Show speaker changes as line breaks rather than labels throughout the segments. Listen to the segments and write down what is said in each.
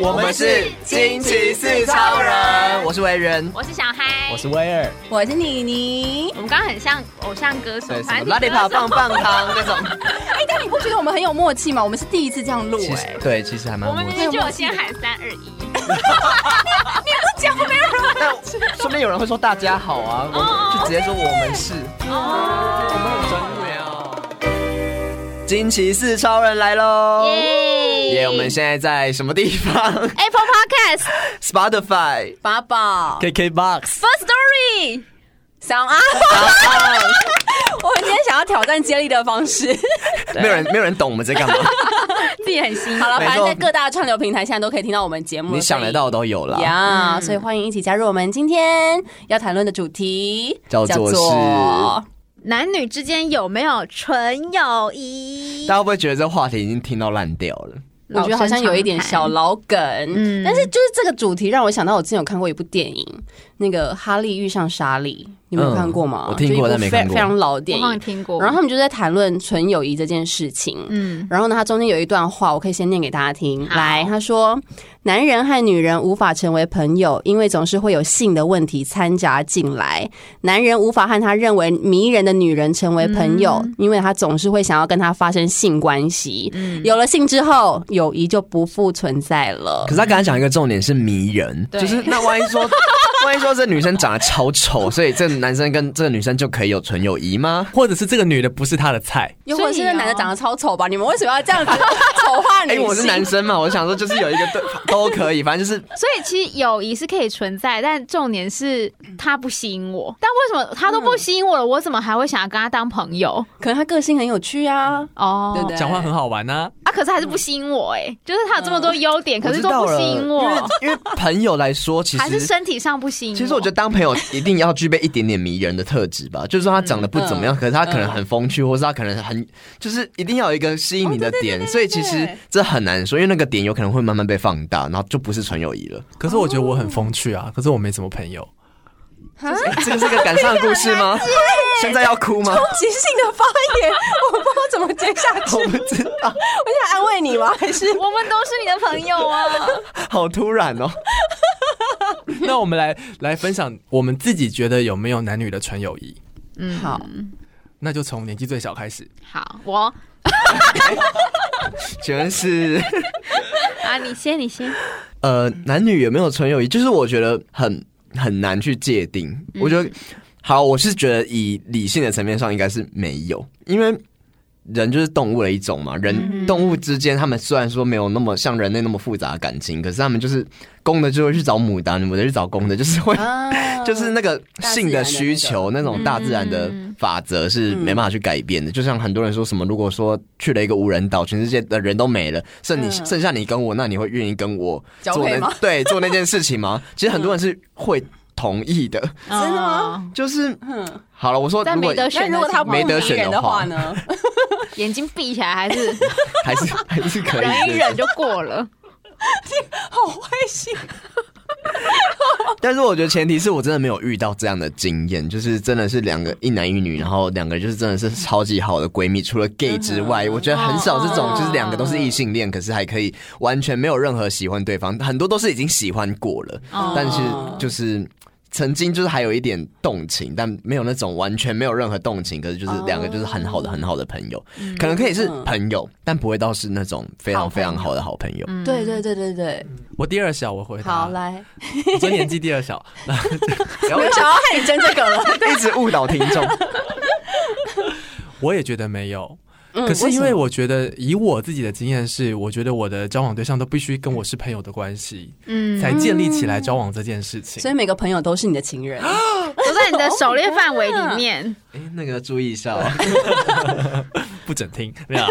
我
们是惊奇四超人，我是维人，
我是小嗨，
我是威尔，
我是妮妮。
我们刚刚很像偶像歌手，
对，什
团
么
体
拉力
歌
跑
手
棒棒糖那种，
哎、但你不觉得我们很有默契吗？我们是第一次这样录、
其
哎
实，对，其实还蛮
我们
默
明
契。
明就有先喊三二一，
但说不定有人会说大家好啊，我就直接说我们是，我们很专业哦。惊奇四超人来喽！耶！我们现在在什么地方
Apple Podcast
？Spotify、
八宝
KKBOX
First Story，
想啊， 我今天想要挑战接力的方式。
没有人，没有人懂 我们在干嘛。
自己很新
好了，
没错
反正在各大串流平台现在都可以听到我们节目，
你想得到的都啊嗯有了。
呀所以欢迎一起加入我们今天要谈论的主题，
叫做是
男女之间有没有纯友谊
大？家会不会觉得这话题已经听到烂掉了？
我觉得好像有一点小老梗，
嗯
但是就是这个主题让我想到我之前有看过一部电影，那个《哈利遇上莎莉》，你们有
嗯
看过吗？
我听过
就一部
但没
非
看过
非常老的电
我好像
影。
听过，
然后他们就在谈论纯友谊这件事情。
嗯，
然后呢，他中间有一段话，我可以先念给大家听。
好
来，他说：“男人和女人无法成为朋友，因为总是会有性的问题掺杂进来。男人无法和他认为迷人的女人成为朋友，
嗯
因为他总是会想要跟她发生性关系。
嗯
有了性之后，友谊就不复存在了
可。是他刚才讲一个重点是迷人，
对
就是那万一 说，万一说这女生长得超丑，所以这男生跟这个女生就可以有纯友谊吗？
或者是这个女的不是他的菜，
又或者是
所以
那
哦
男的长得超丑吧？你们为什么要 这样子丑化女
哎、
性？
我是男生嘛，我想说就是有一个都都可以，反正就是
所以其实友谊是可以存在，但重点是他不吸引我。但为什么他都不吸引我了，我怎么还会想要跟他当朋友？
可能他个性很有趣啊，
哦，
对不对？
讲话很好玩啊。
啊，可是还是不吸引我哎、就是他有这么多优点，可是都不吸引
我知道
我
了，因为因为朋友来说，其
还是
实。
身体上不吸引我。
其实我觉得当朋友一定要具备一点点迷人的特质吧，就是说他长得不怎么
嗯
样，可是他可能很风趣，或是他可能很就是一定要有一个吸引
哦
你的点，所以其实这很难说，因为那个点有可能会慢慢被放大，然后就不是纯友谊了。
可是我觉得我很风趣
哦
啊，可是我没什么 朋友。
这个是个感伤的故事吗？现在要哭吗？
即兴的发言，我不知道怎么接下 去。
我不知道，
我想安慰你吗？还是
我们都是你的朋友啊。
好突然哦！
那我们来来分享我们自己觉得有没有男女的纯友谊？
嗯，
好，
那就从年纪最小开始。
好，我
请问是
啊，你先，你先。
呃，男女有没有纯友谊？就是我觉得很很难去界定。我觉得好，我是觉得以理性的层面上应该是没有，因为。人就是动物的一种嘛，人动物之间，他们虽然说没有那么像人类那么复杂的感情，可是他们就是公的就会去找母的，母的去找公的，就是会
啊
就是那个性的需求，那种大自然的
嗯
法则是没办法去改变的。就像很多人说什么，如果说去了一个无人岛，全世界的人都没了，剩你
嗯
剩下你跟我，那你会愿意跟我
交
做
配
那
吗
对做那件事情吗？其实很多人是会同意的，
真的吗
就是
嗯，
好了，我说
但
如果
没 得选
那如果他不
没得
迷人
选
的
的
话
话
呢？
哦？眼睛闭起来还是
还是还是可以
忍一忍
的。
就过了。
好坏心，
但是我觉得前提是我真的没有遇到这样的经验，就是真的是两个一男一女，然后两个就是真的是超级好的闺蜜，除了 gay 之外，我觉得很少这种
哦
就是两个都是异性恋，可是还可以完全没有任何喜欢对方，很多都是已经喜欢过了，
哦
但是就是。曾经就是还有一点动情，但没有那种完全没有任何动情，可是就是两个就是很好的很好的朋友，可能可以是朋友，但不会到是那种非常非常嗯好的好朋友。嗯
对对对对对，
我第二小，我回答。
好，来，
我说年纪第 二小。
然后
我想要害你争这个了。
一直误导听众，
我也觉得没有。
嗯
可是因
为
为
什么
我觉得，以我自己的经验是，我觉得我的交往对象都必须跟我是朋友的关系，
嗯，
才建立起来交往这件事
所
情。
以每个朋友都是你的情人，
都在你的狩猎范围里面。
哎、那个注意一下哦。
哦 不准听，没有啊。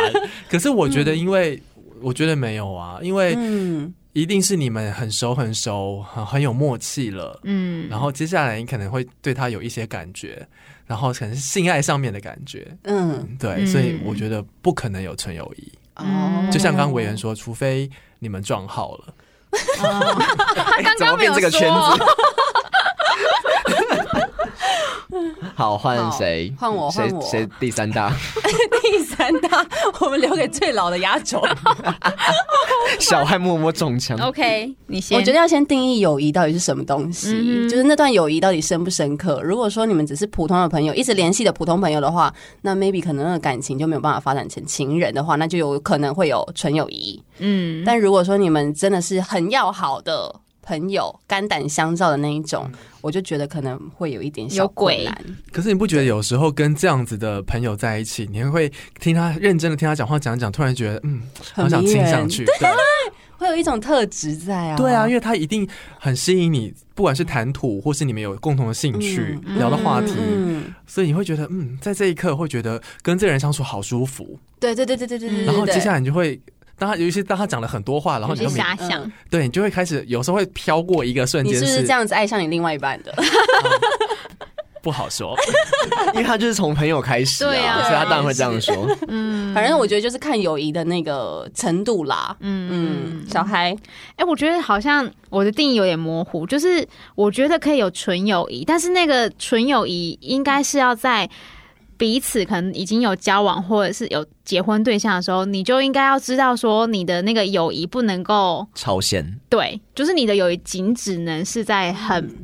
可是我觉得，因为我觉得没有啊，因为
嗯，
一定是你们很熟很熟，很很有默契了。
嗯，
然后接下来你可能会对他有一些感觉，然后可能是性爱上面的感觉，
嗯，
对，
嗯
所以我觉得不可能有纯友谊。
哦，
就像刚刚委员说，除非你们撞号了，
他刚
哎怎么
刚没
变
有
这个圈
说，
子？ 好，换谁？
好换我
谁
换我
谁第三大？
第三大，我们留给最老的压轴。
小汉默默中枪。
OK，你先。
我觉得要先定义友谊到底是什么东西，
嗯哼
就是那段友谊到底深不深刻。如果说你们只是普通的朋友，一直联系的普通朋友的话，那 maybe 可能那个感情就没有办法发展成情人的话，那就有可能会有纯友谊。
嗯，
但如果说你们真的是很要好的朋友，肝胆相照的那一种，我就觉得可能会有一点
嗯
小
有鬼
困难。
可是你不觉得有时候跟这样子的朋友在一起，你会听他认真的听他讲话讲一讲，突然觉得嗯，好
很
想
迷
亲上
人，
去。对
会有一种特质在 啊。
对啊，因为他一定很吸引你，不管是谈吐或是你们有共同的兴趣、
嗯
聊的话题，
嗯嗯
所以你会觉得嗯，在这一刻会觉得跟这个人相处好舒服。
对对对对对对对。
然后
对
接下来你就会，当他尤其是当他讲了很多话，然后
有些
你就明
遐想，
对，你就会开始有时候会飘过一个瞬
你
间
是不是这样子爱上你另外一半的？
不好说，
因为他就是从朋友开始、
对啊
所以他当然会这样说。
嗯，
反正我觉得就是看友谊的那个程度啦。
嗯
嗯
嗯，，
小孩，
哎、我觉得好像我的定义有点模糊，就是我觉得可以有纯友谊，但是那个纯友谊应该是要在彼此可能已经有交往或者是有结婚对象的时候，你就应该要知道说你的那个友谊不能够
超限，
对，就是你的友谊仅只能是在
嗯
很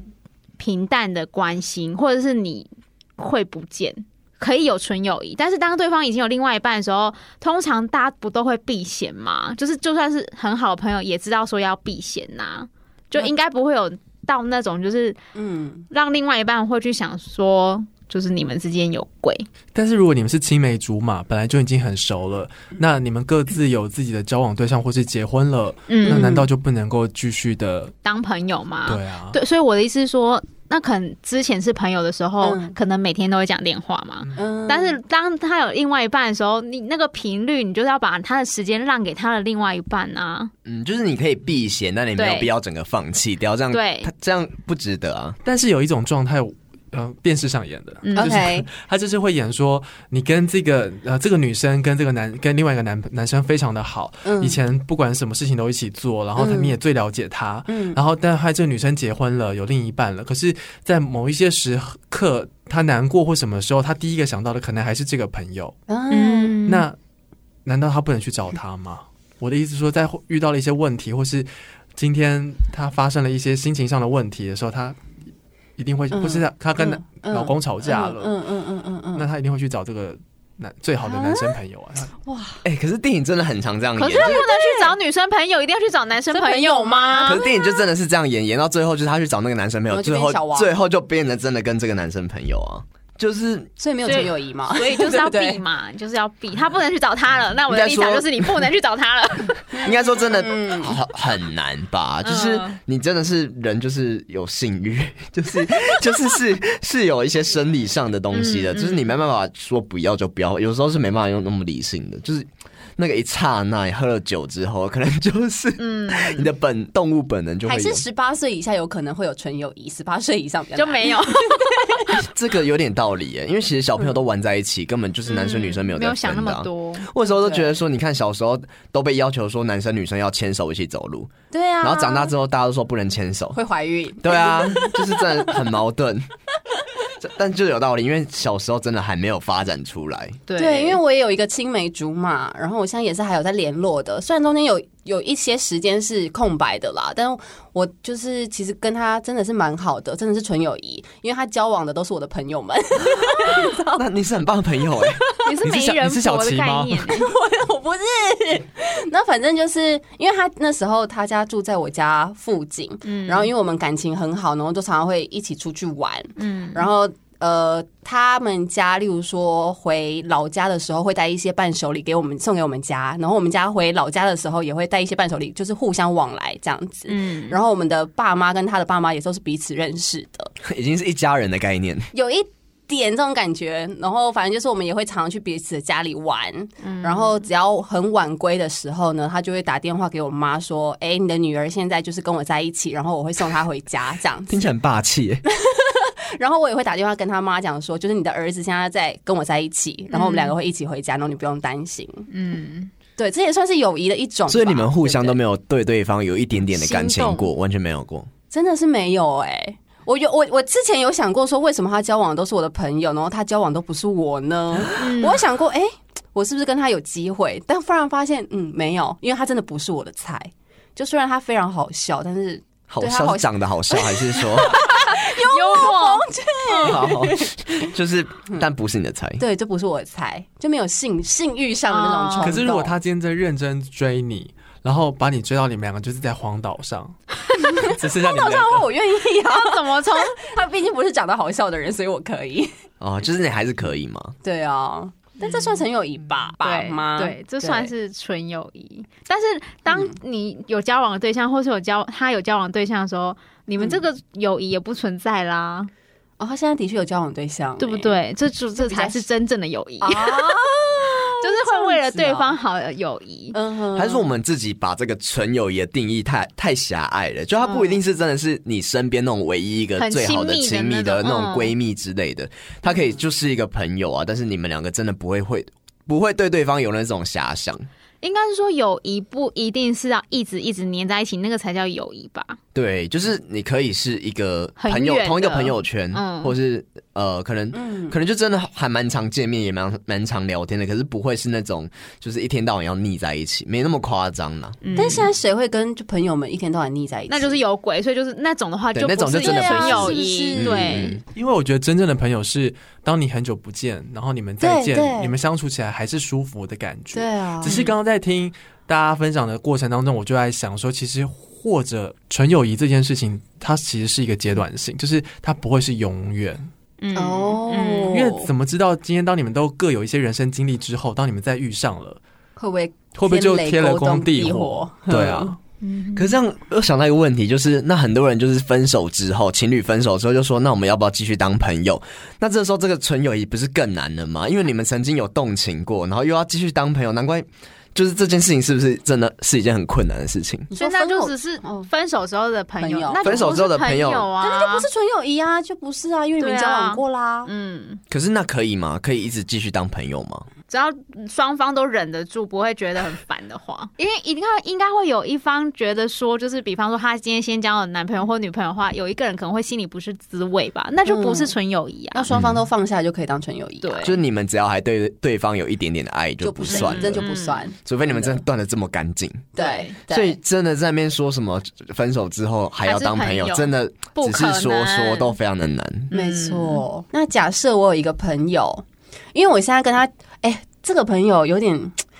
平淡的关心，或者是你会不见。可以有纯友谊，但是当对方已经有另外一半的时候，通常大家不都会避嫌吗？就是就算是很好的朋友，也知道说要避嫌呐、就
嗯
应该不会有到那种就是
嗯，
让另外一半会去想说，就是你们之间有鬼。
但是如果你们是青梅竹马，本来就已经很熟了，那你们各自有自己的交往对象或是结婚了，那
嗯，
难道就不能够继续的？
当朋友嘛，
对啊，
对，所以我的意思是说，那可能之前是朋友的时候，
嗯
可能每天都会讲电话嘛，
嗯
但是当他有另外一半的时候，你那个频率，你就是要把他的时间让给他的另外一半啊。
嗯，就是你可以避嫌，但你没有
对
必要整个放弃掉。这样，
对
他这样不值得啊。
但是有一种状态，呃，电视上演的，
嗯
就是
OK
他就是会演说，你跟这个呃这个女生跟这个男跟另外一个男男生非常的好，
嗯
以前不管什么事情都一起做，然后他
嗯
你也最了解他，
嗯
然后但他这个女生结婚了，有另一半了，可是，在某一些时刻，他难过或什么时候，他第一个想到的可能还是这个朋友，
嗯，
那难道他不能去找他吗？我的意思说，在遇到了一些问题，或是今天他发生了一些心情上的问题的时候，他一定会，
嗯
或是他他跟
嗯嗯
老公吵架了，
嗯嗯嗯嗯嗯
那
嗯，
他一定会去找这个男最好的男生朋友啊。
哎、可是电影真的很常这样演。
可是他不能去找女生朋友，一定要去找男生
是
朋
朋
友
友吗
啊
可？是电影就真的是这样演，演到最后就是他去找那个男生朋友，
然后就
最
变小
后
王
最后就变得真的跟这个男生朋友啊，就是
所以没有纯友谊嘛？
所以就是要
对
避
不对
嘛，就是要避。他不能去找他了，那我的立场
应该
就
说
是你不能去找他了。
应该说真的
嗯
很很难吧，
嗯
就是你真的是人就是有性欲， 就是就是是是有一些生理上的东西的，
嗯
就是你没办法说不要就不要，有时候是没办法用那么理性的，就是那个一刹那，你喝了酒之后，可能就是
嗯，
你的本动物本能就会
还
有
是十八岁以下有可能会有纯友谊，十八岁以上比较
就
难
没有，
这个有点道理耶，因为其实小朋友都玩在一起，根本就是男生女生没有
嗯没
在
有
分
想
的
那
啊、
么多。
我有时候都觉得说，你看小时候都被要求说男生女生要牵手一起走路，
对啊，
然后长大之后大家都说不能牵手，
会怀孕，
对啊，就是真的很矛盾。 这但就有道理，因为小时候真的还没有发展出 来。
对
对，因为我也有一个青梅竹马，然后我现在也是还有在联络的，虽然中间有有一些时间是空白的啦，但我就是其实跟他真的是蛮好的，真的是纯友谊，因为他交往的都是我的朋友们，
那你是很棒的朋 友哎、
你是
你是
媒
小
人
你是小
婆的
琪
概
吗
念，
我不是。 那反正就是因为他那时候他家住在我家附近，
嗯
然后因为我们感情很好，然后就常常会一起出去玩，
嗯
然后。呃，他们家，例如说回老家的时候，会带一些伴手礼给我们，送给我们家。然后我们家回老家的时候，也会带一些伴手礼，就是互相往来这样子。
嗯，
然后我们的爸妈跟他的爸妈也都是彼此认识的，
已经是一家人的概念。
有一点这种感觉。然后反正就是我们也会常常去彼此的家里玩。
嗯
然后只要很晚归的时候呢，他就会打电话给我妈说：“哎、你的女儿现在就是跟我在一起，然后我会送她回家这样 子。”
听起来很霸气、欸，
然后我也会打电话跟他妈讲说，就是你的儿子现在在跟我在一起，然后我们两个会一起回家，然后你不用担心。
嗯，
对，这也算是友谊的一种吧。
所以你们互相都
对不
没有对对方有一点点的感情
心
过，完全没有过。
对真的是没有哎、我有我我之前有想过说，为什么他交往的都是我的朋友，然后他交往都不是我呢？
嗯
我有想过，哎、我是不是跟他有机会？但忽然发现，嗯，没有，因为他真的不是我的菜。就虽然他非常好笑，但是
好
对他
笑
好
是长得好笑，还是 说
幽默，
好就是但不是你的菜？
对，就不是我的菜，就没有性性欲上的那种冲
哦
动。
可是如果他今天在认真追你，然后把你追到你们两个就是在荒岛 上，只剩下你们两
那
个，
我愿意啊，
要怎么从？
他毕竟不是长得好笑的人，所以我可以。
哦，就是你还是可以嘛。
对啊，但这算纯友谊吧？爸
对
妈
对，这算是纯友谊。但是当你有交往的对象，或是有交他有交往对象的时候，你们这个友谊也不存在啦，
哦。他现在的确有交往对象，
对不？对？这这这
比较
才是真正的友谊，
啊，
就是会为了
这
对
样子哦
方好的友谊。
嗯哼
还是说我们自己把这个纯友谊的定义太太狭隘了？就它不一定是真的是你身边那种唯一一个
很
最好的
亲
亲
密
密
的
的
那种
那种
嗯
闺蜜之类的，它可以就是一个朋友啊，但是你们两个真的不会会不会对对方有那种遐想。
应该是说友谊不一定是要一直一直黏在一起，那个才叫友谊吧？
对，就是你可以是一个
很
朋友
远的
同一个朋友圈，
嗯
或是呃，可能、可能就真的还蛮常见面，也蛮蛮常聊天的，可是不会是那种就是一天到晚要腻在一起，没那么夸张啦。
嗯，
但现在谁会跟就朋友们一天到晚腻在一起？
那就是有鬼，所以就是那种的话
对
就
那种
不是
就真的不
纯
是
友
是
谊，
不是
对，
因为我觉得真正的朋友是当你很久不见，然后你们再
对对
见，你们相处起来还是舒服的感觉。
对啊
只，是刚刚在听大家分享的过程当中，我就在想说，其实或者纯友谊这件事情，它其实是一个阶段
嗯
性，就是它不会是永远。
嗯
哦
嗯
因为怎么知道今天当你们都各有一些人生经历之后，当你们再遇上了，
会不会
会不会就
天雷
天了
勾动
宫
地
地
火
火？对啊，
可是这样，我想到一个问题，就是那很多人就是分手之后，情侣分手之后就说，那我们要不要继续当朋友？那这时候这个纯友谊不是更难了吗？因为你们曾经有动情过，然后又要继续当朋友，难怪就是这件事情是不是真的是一件很困难的事情？
你
所
说
以那就
分手
只是啊
哦
分手时候的朋友
朋友，
那就不
分手之后的
是朋
朋友
啊，
那就不是纯友谊啊，就不是啊，因为你们
对啊
交往过啦。
嗯，
可是那可以吗？可以一直继续当朋友吗？
只要双方都忍得住，不会觉得很烦的 话，因为一定要应该会有一方觉得说，就是比方说她今天先交了男朋友或女朋友的话，有一个人可能会心里不是滋味吧，那就不是纯友谊啊。
那双方都放下就可以当纯友谊啊，
对
就是你们只要还对对方有一点点的爱
就
就不
不
算
算，
了
真，就不
嗯
算。
除非你们真的断的这么干净。
对，对
所以真的在那边说什么分手之后还要当朋友，
还是朋
真的
不
只
可能
是说说都非常的难。
没
嗯
错。那假设我有一个朋友，因为我现在跟他，哎，这个朋友有点。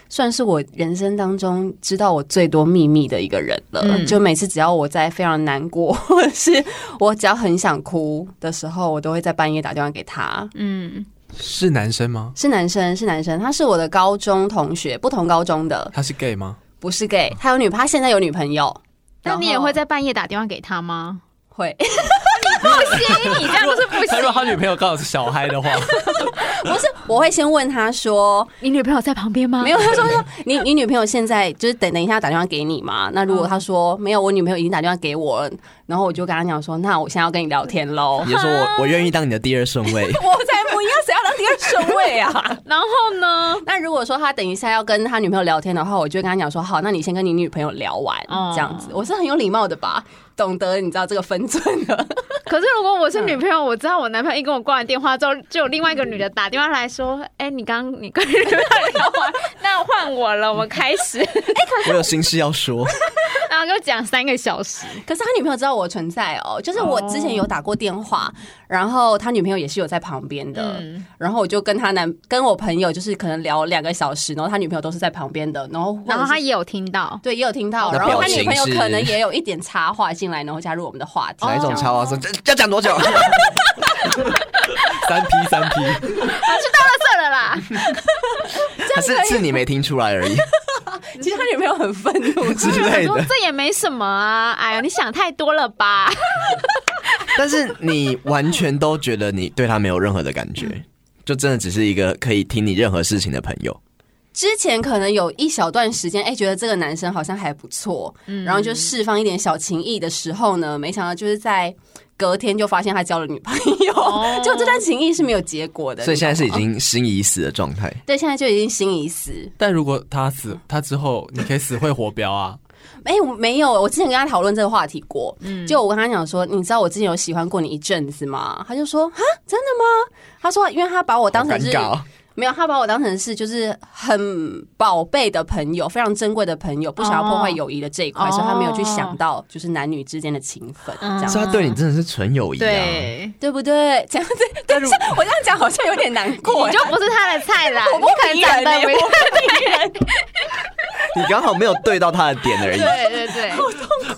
算是我人生当中知道我最多秘密的一个人了。
嗯
就每次只要我在非常难过，或者是我只要很想哭的时候，我都会在半夜打电话给他。
嗯，
是男生吗？
是男生，是男生，他是我的高中同学，不同高中的，
他是 gay 吗？
不是 gay，他有女，他现在有女朋友。
那你也
然后
会在半夜打电话给他 吗？
会，
建议你这样就是不
他如果他
行。
女朋友刚好是小嗨 的话，
不是，我会先问他说，
你女朋友在旁边吗？
没有，他说说你你女朋友现在就是等等一下打电话给你嘛？那如果他说没有，我女朋友已经打电话给我了，然后我就跟他讲说，那我现在要跟你聊天喽。，
你就说
啊
我我愿意当你的第二顺位
我才不要，谁要当第二顺位啊？
然后呢？
那如果说他等一下要跟他女朋友聊天的话，我就会跟他讲说，好，那你先跟你女朋友聊完，
哦
这样子，我是很有礼貌的吧？懂得你知道这个分寸的，
可是如果我是女朋友，我知道我男朋友一跟我挂完电话之后，就有另外一个女的打电话来说：“哎、你刚你跟女朋友聊完， 那换我了，我们开始。
我有心事要说。”
哦然后就讲三个小时，
可是他女朋友知道我存在哦，就是我之前有打过电话，然后他女朋友也是有在旁边的，
哦嗯
然后我就跟他男跟我朋友就是可能聊两个小时，然后他女朋友都是在旁边的，然后或者
然后他
是
也有听到，
对也有听到，
那
然后
表
他
情
女朋友
是
可能也有一点插话进来，然后加入我们的话题。
哪一种
哦
插话说这要讲多久？
三 P 三 P，
算了 啦，
还是是你没听出来 而已
其实他女朋友很愤怒
之
我
类
说
的。
这也没什么啊，哎呀，你想太多了吧？
但是你完全都觉得你对他没有任何的感觉，就真的只是一个可以听你任何事情的朋友。
之前可能有一小段时间，哎、觉得这个男生好像还不错，
嗯
然后就释放一点小情意的时候呢，没想到就是在隔天就发现他交了女朋友，
哦
就这段情意是没有结果的。
所以现在是已
你懂吗
经心已死的状态。
对，现在就已经心已死。
但如果他死，他之后你可以死会活标啊，
哎、我没有，我之前跟他讨论这个话题过，
嗯
就我跟他讲说，你知道我之前有喜欢过你一阵子吗？他就说啊，真的吗？他说，因为他把我当
好
成
尴
是
尬哦，
没有，他把我当成是就是很宝贝的朋友，非常珍贵的朋友，不想要破坏友谊的这一块，
哦
所以他没有去想到就是男女之间的情分，这
嗯
样、
所以他对你真的是纯友谊啊。
对，
对不对？这样子，但是我这样讲好像有点难过，欸
你就不是他的菜啦，
我
你
不
可能
迷人
长
欸
得没
我
你刚好没有对到他的点而已。
对对 对，
哎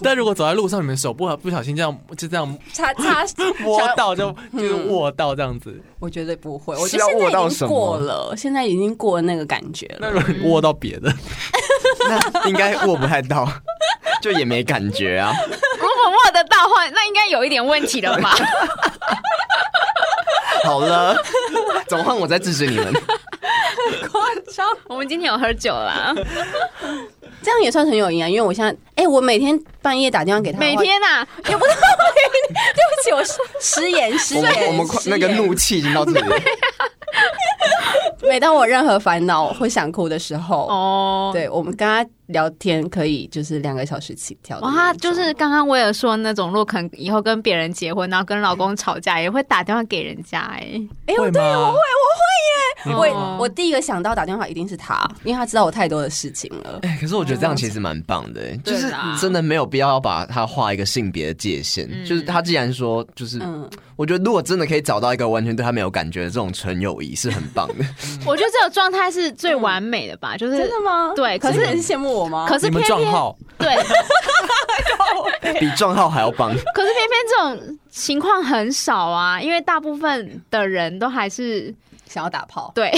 但如果走在路上，你们手不不小心这样就这样
擦擦
摸到，就就是握到这样子。
我觉得不会，我
是
觉得
要
现
握
在
到
已经
什么
过了，现在已经过了那个感觉了。
那如果你握到别的，
那应该握不太到，就也没感觉啊。
如果握得到的话，那应该有一点问题了 吧？
好了，总换我在制止你 们。
我们今天有喝酒啦，
这样也算很有营养，因为我现在，哎、我每天半夜打电话给他，
每天啊呐、
也 不是，对不起，我失言失
我
言
们，我们快
失
那
言
个怒气已经到这里 了。
每当我任何烦恼会想哭的时候，
哦，
对我们跟他聊天可以就是两个小时起跳的
哇，
那种。
他就是刚刚威尔说那种，如果可能以后跟别人结婚，然后跟老公吵架，也会打电话给人家、哎，
哎、我
对，我会，
我
会耶。
哦
我第一个想到打电话一定是他，因为他知道我太多的事情了。
哎、可是我觉得这样其实蛮棒的、欸就
对
是
啦
真的没有必要要把它画一个性别的界限。
嗯
就是他既然说，就是、
嗯，
我觉得如果真的可以找到一个完全对他没有感觉的这种纯友谊，是很棒 的。
我觉得这个状态是最完美的吧，就是
真的吗？
对可是
所以你是羡慕我吗？
可是
你
偏
们撞
偏
号，
对，
比撞号还要棒。
可是偏偏这种情况很少啊，因为大部分的人都还是
想要打炮
对，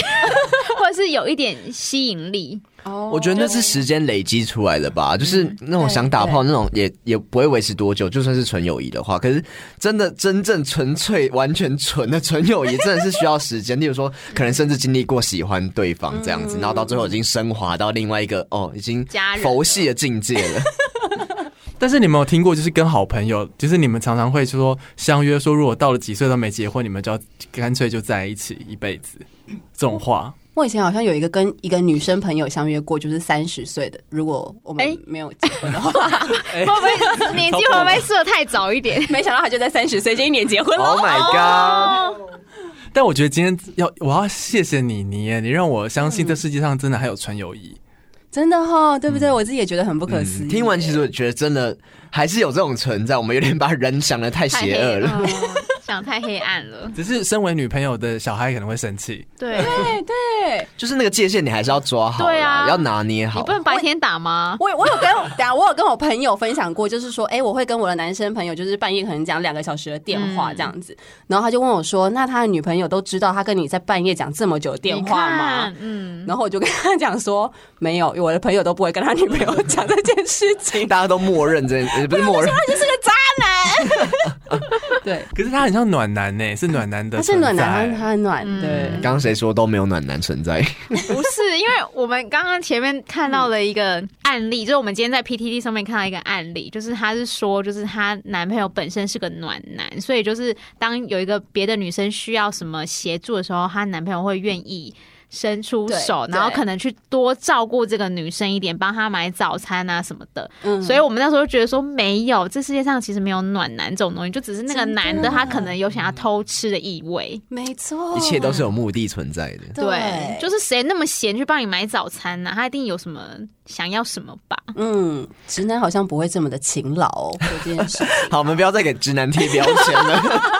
或者是有一点吸引力，
哦
我觉得那是时间累积出来的
嗯
吧，就是那种想打炮
对
那种也也不会维持多久，就算是纯友谊的话，可是真的真正纯粹完全纯的纯友谊，真的是需要时间。例 如说，可能甚至经历过喜欢对方这样子，然后到最后已经升华到另外一个哦，已经
嗯家人
佛系的境界 了。
但是你们有听过，就是跟好朋友，就是你们常常会说相约说，如果到了几岁都没结婚，你们就要干脆就在一起一辈子，这种话。
我以前好像有一个跟一个女生朋友相约过，就是三十岁的，如果我
哎
们没有结婚 的话，
哎
会不会年纪会不会设太早一 点？
没想到他就在三十岁这一年结婚了。
oh my
哦
god！
但我觉得今天要我要谢谢你，你耶你让我相信这世界上真的还有纯友谊。
真的哈、对不对？我自己也觉得很不可思
嗯
议。
听完其实我觉得真的还是有这种存在，我们有点把人想的太
太
邪恶
黑
了。
了，想太黑暗了，
只是身为女朋友的小孩可能会生气，
对，
对对，
就是那个界限你还是要抓好啦，
对啊
要拿捏
你
好
不。能白天打吗？
我我有 跟等下我有跟我朋友分享过，就是说，哎、我会跟我的男生朋友，就是半夜可能讲两个小时的电话
嗯
这样子，然后他就问我说，那他的女朋友都知道他跟你在半夜讲这么久的电话
你
吗
看？？嗯，
然后我就跟他讲说，没有，我的朋友都不会跟他女朋友讲这件事 情。
大家都默认这件，呃不是默认，
对，
可是他很像暖男呢，是暖男的，
他是暖男，他他很暖，对。
刚刚谁说都没有暖男存在？
不是，因为我们刚刚前面看到了一个案例，就是我们今天在 PTT 上面看到一个案例，就是她是说，就是她男朋友本身是个暖男，所以就是当有一个别的女生需要什么协助的时候，她男朋友会愿意。伸出手，
对
然后
对
可能去多照顾这个女生一点，帮她买早餐啊什么的。
嗯
所以我们那时候觉得说，没有，这世界上其实没有暖男这种东西，就只是那个
真的啊
男的他可能有想要偷吃的意味。
没错，
一切都是有目的存在的。
对，就是谁那么闲去帮你买早餐呢、他一定有什么想要什么吧？
嗯，直男好像不会这么的勤劳哦，对这件事。
好，我们不要再给直男贴标签 了。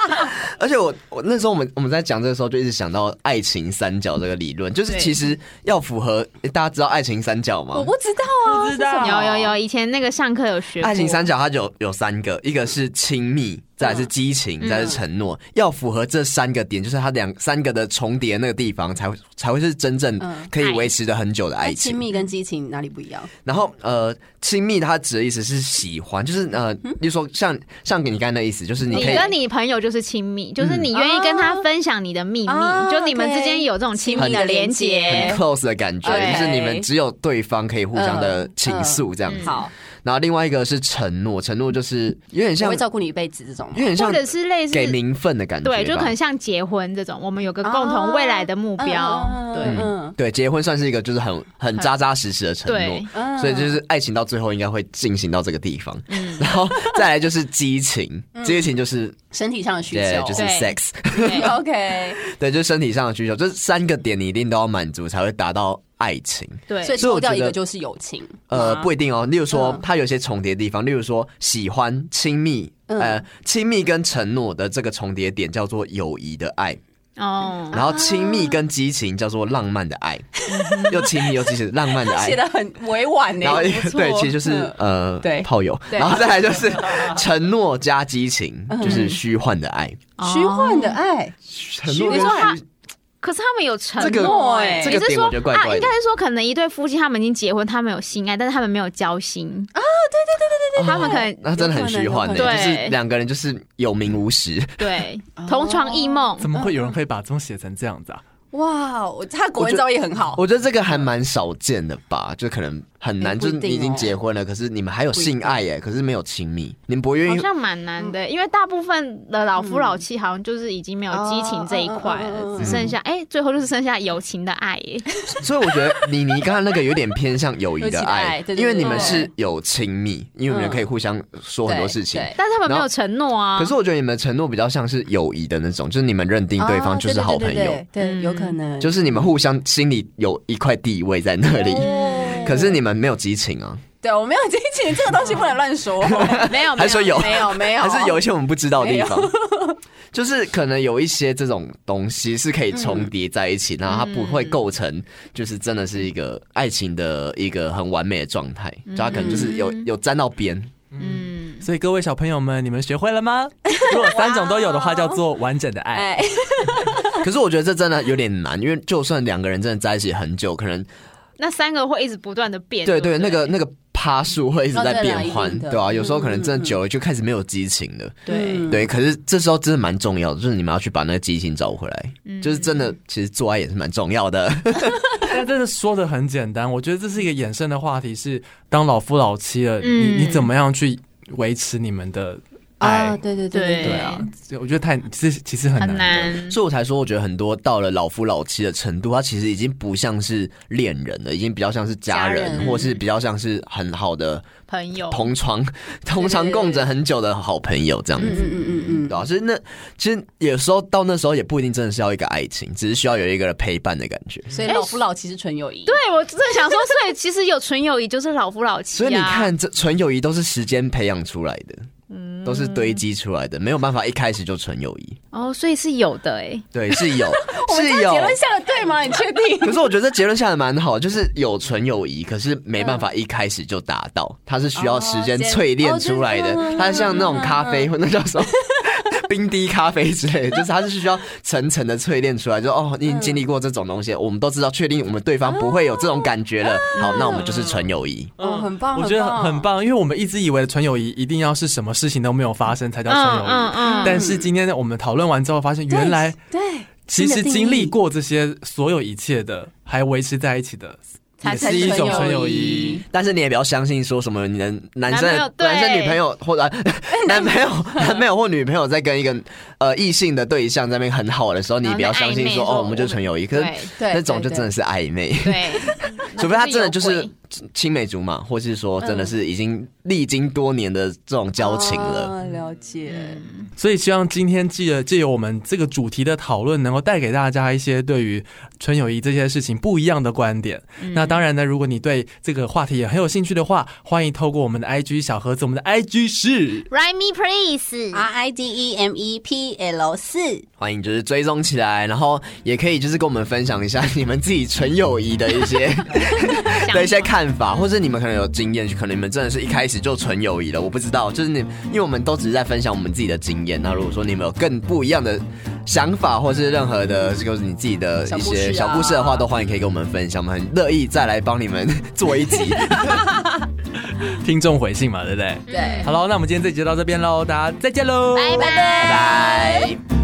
而且我我那时候我们我们在讲这个时候就一直想到爱情三角这个理论，就是
对
其实要符合诶大家知道爱情三角吗？
我不知道啊，不知道
有有有，以前那个上课有学过
爱情三角它有有三个，一个是亲密，再来是激情，
嗯
再来是承诺，要符合这三个点，就是它两三个的重叠那个地方，才会才会是真正
嗯
可以维持的很久的爱
那
情
亲。密跟激情哪里不一样？
然后呃，亲密它指的意思是喜欢，就是呃，例如说像像你刚才的意思，就是你
你
可以
跟你朋友就是亲密，就是你愿意跟他分享你的秘密，
啊
就你们
OK
之间有这种亲密的连
很
很
接。
close 的感觉，
OK
就是你们只有对方可以互相的倾诉这样子。
嗯好，
然后另外一个是承诺，承诺就是有点
我
像
会，照顾你一辈子这种。
有点
或
像
者是类似
给名分的感觉吧，
对，就可能像结婚这种，我们有个共同未来的目标，
嗯
对、
嗯
对结婚算是一个就是很很扎扎实实的承诺
对。，
嗯
所以就是爱情到最后应该会进行到这个地方， 然后再来就是激情，激情就是
身体上的需
对
求，，
就是
对
sex，
对
OK。
对，就是身体上的需求，这三个点你一定都要满足才会达到爱情。
对
所以
所以我
抽掉
觉
一
得
个就是友情，
呃，
吗
不一定哦。例如说
嗯，
它有些重叠的地方，例如说喜欢、亲密，
嗯
呃，亲密跟承诺的这个重叠点叫做友谊的爱，
哦，
然后亲密跟激情叫做浪漫的爱，又亲密又激情，浪漫的爱
写。的很委婉呢，
然后
不错
对，其实就是
嗯
呃，
对
炮友，
对
然后再来就是承诺加激情，
嗯
就是虚幻的爱。
嗯虚幻的爱，
承
诺跟你说他
虚，
可是他们有承
这个
诺哎、
这个
你是
点
说
我觉得怪怪的
啊，应该是说可能一对夫妻他们已经结婚，他们有性爱，但是他们没有 交心啊。对对对对对对，他们可能、
哦那真的很虚幻的，
有
就
可能
是
对
两个人就是有名无实。
对同床异梦。
怎么会有人可以把这种写成这样子啊？
哇，我他国文造诣很好，
我觉得这个还蛮少见的吧，就可能很难，
哎
就
不
是
一定
你已经结婚了，可是你们还有性爱耶，可是没有亲密，你们不愿
好
意。
像蛮难
嗯
的，因为大部分的老夫老妻好像就是已经没有激情这一块了，
哦嗯嗯嗯嗯
只剩下哎、最后就是剩下友情的爱耶。
所以我觉得你你刚刚那个有点偏向友 谊的爱
友情的爱，对对对嗯
因为你们是有亲密，因为你们可以互相说很多事情
对。对
但是他们没
然后
有承诺啊。
可是我觉得你们承诺比较像是友谊的那种，就是你们认定对方就是好朋
啊对
友
对，对对对，
嗯
有可能
就是是你们互相心里有一块地位在那里，可是你们没有激情啊，
对我没有激情，这个东西不能 乱说，
没有，没
还说有
没有没有，
还是有一些我们不知道的地方， 就是可能有一些这种东西是可以重叠在一起，然后它不会构
嗯
成就是真的是一个爱情的一个很完美的状态，
嗯
就它可能就是有有沾到边，
嗯，
所以各位小朋友们，你们学会了吗？如果三种都有的话，叫做完整的 爱。
哎，
嗯可是我觉得这真的有点难，因为就算两个人真的在一起很久，可能
那三个会一直不断的变。
对
对
对
不
那个那个。趴数会一直在变
哦对啦一
换，
定的嗯
对吧、啊有时候可能真的久了就开始没有激情了，
对，
对。可是这时候真的蛮重要的，就是你们要去把那个激情找回来，
嗯
就是真的，其实做爱也是蛮重要的。
但真的说的很简单，我觉得这是一个衍生的话题是，当老夫老妻了，
嗯
你你怎么样去维持你们的爱？
哎
啊，对对对对
对
对
啊，我觉得太其实其实很
很
难的。
难。
所以我才说，我觉得很多到了老夫老妻的程度，他其实已经不像是恋人了，已经比较像是家人，
家人嗯
或是比较像是很好的
朋友，
同床、 同床共枕很久的好朋友这样子。
嗯嗯嗯嗯
对啊，所以那其实有时候到那时候也不一定真的是要一个爱情，只是需要有一个人陪伴的感觉。
嗯，所以老夫老妻是纯友谊，对，
对我正想说，所以其实有纯友谊就是老夫老妻、
所
啊。
以你，看，这纯友谊都是时间培养出来的，
嗯
都是堆积出来的，没有办法一开始就纯友谊。
哦，所以是有的哎、
对，是有，
我们
是
这个
有。
结论下的对吗？你确 定？
可是我觉得这结论下的蛮好，就是有纯友谊，可是没办法一开始就达到，它是需要时间淬炼出来的
哦真。的
它像那种咖啡，或那叫什么 冰滴咖啡之类的，就是它是需要层层的淬炼出来。就哦，你已经经历过这种东西，我们都知道，确定我们对方不会有这种感觉了。好，那我们就是纯友谊。
哦，很棒，
我觉得很很，棒，因为我们一直以为纯友谊一定要是什么事情都没有发生才叫纯友谊，
嗯
但是今天呢，我们讨论完之后发现，原来
对，
其实
新的定义
经历过这些所有一切的，还维持在一起的，
才
也是一种纯友谊。。
但是你也不要相信说什么你的男生
男朋友对
男生女朋友或 者男朋友男朋友或女朋友在跟一个呃异性的对象在那边很好的时候，你也不要相信说
然后
哦
那暧昧说
我们就纯友谊，可是
对
对，
那种就
对
真的是暧昧，
对，
除非他真的就
那
是
有鬼
青梅竹马，或是说真的是已经历经多年的这种交情了。
啊，了解，
所以希望今天借借由我们这个主题的讨论，能够带给大家一些对于纯友谊这件事情不一样的观点。
嗯
那当然呢，如果你对这个话题也很有兴趣的话，欢迎透过我们的 IG 小盒子，我们的 IG 是
Write me please，
R I D E M E P L 四，
欢迎就是追踪起来，然后也可以就是跟我们分享一下你们自己纯友谊的一些的一些看法，或者你们可能有经验，可能你们真的是一开始就纯友谊了，我不知道，就是你，因为我们都只是在分享我们自己的经验。那如果说你们有更不一样的想法，或是任何的，就是你自己的一些小
小
故
故
事
事啊
的话，都欢迎可以跟我们分享，我们很乐意再来帮你们做一集。
听众回信嘛，对不对？
对。
好喽，那我们今天这集就到这边喽，大家再见喽，
拜
拜
拜。
拜。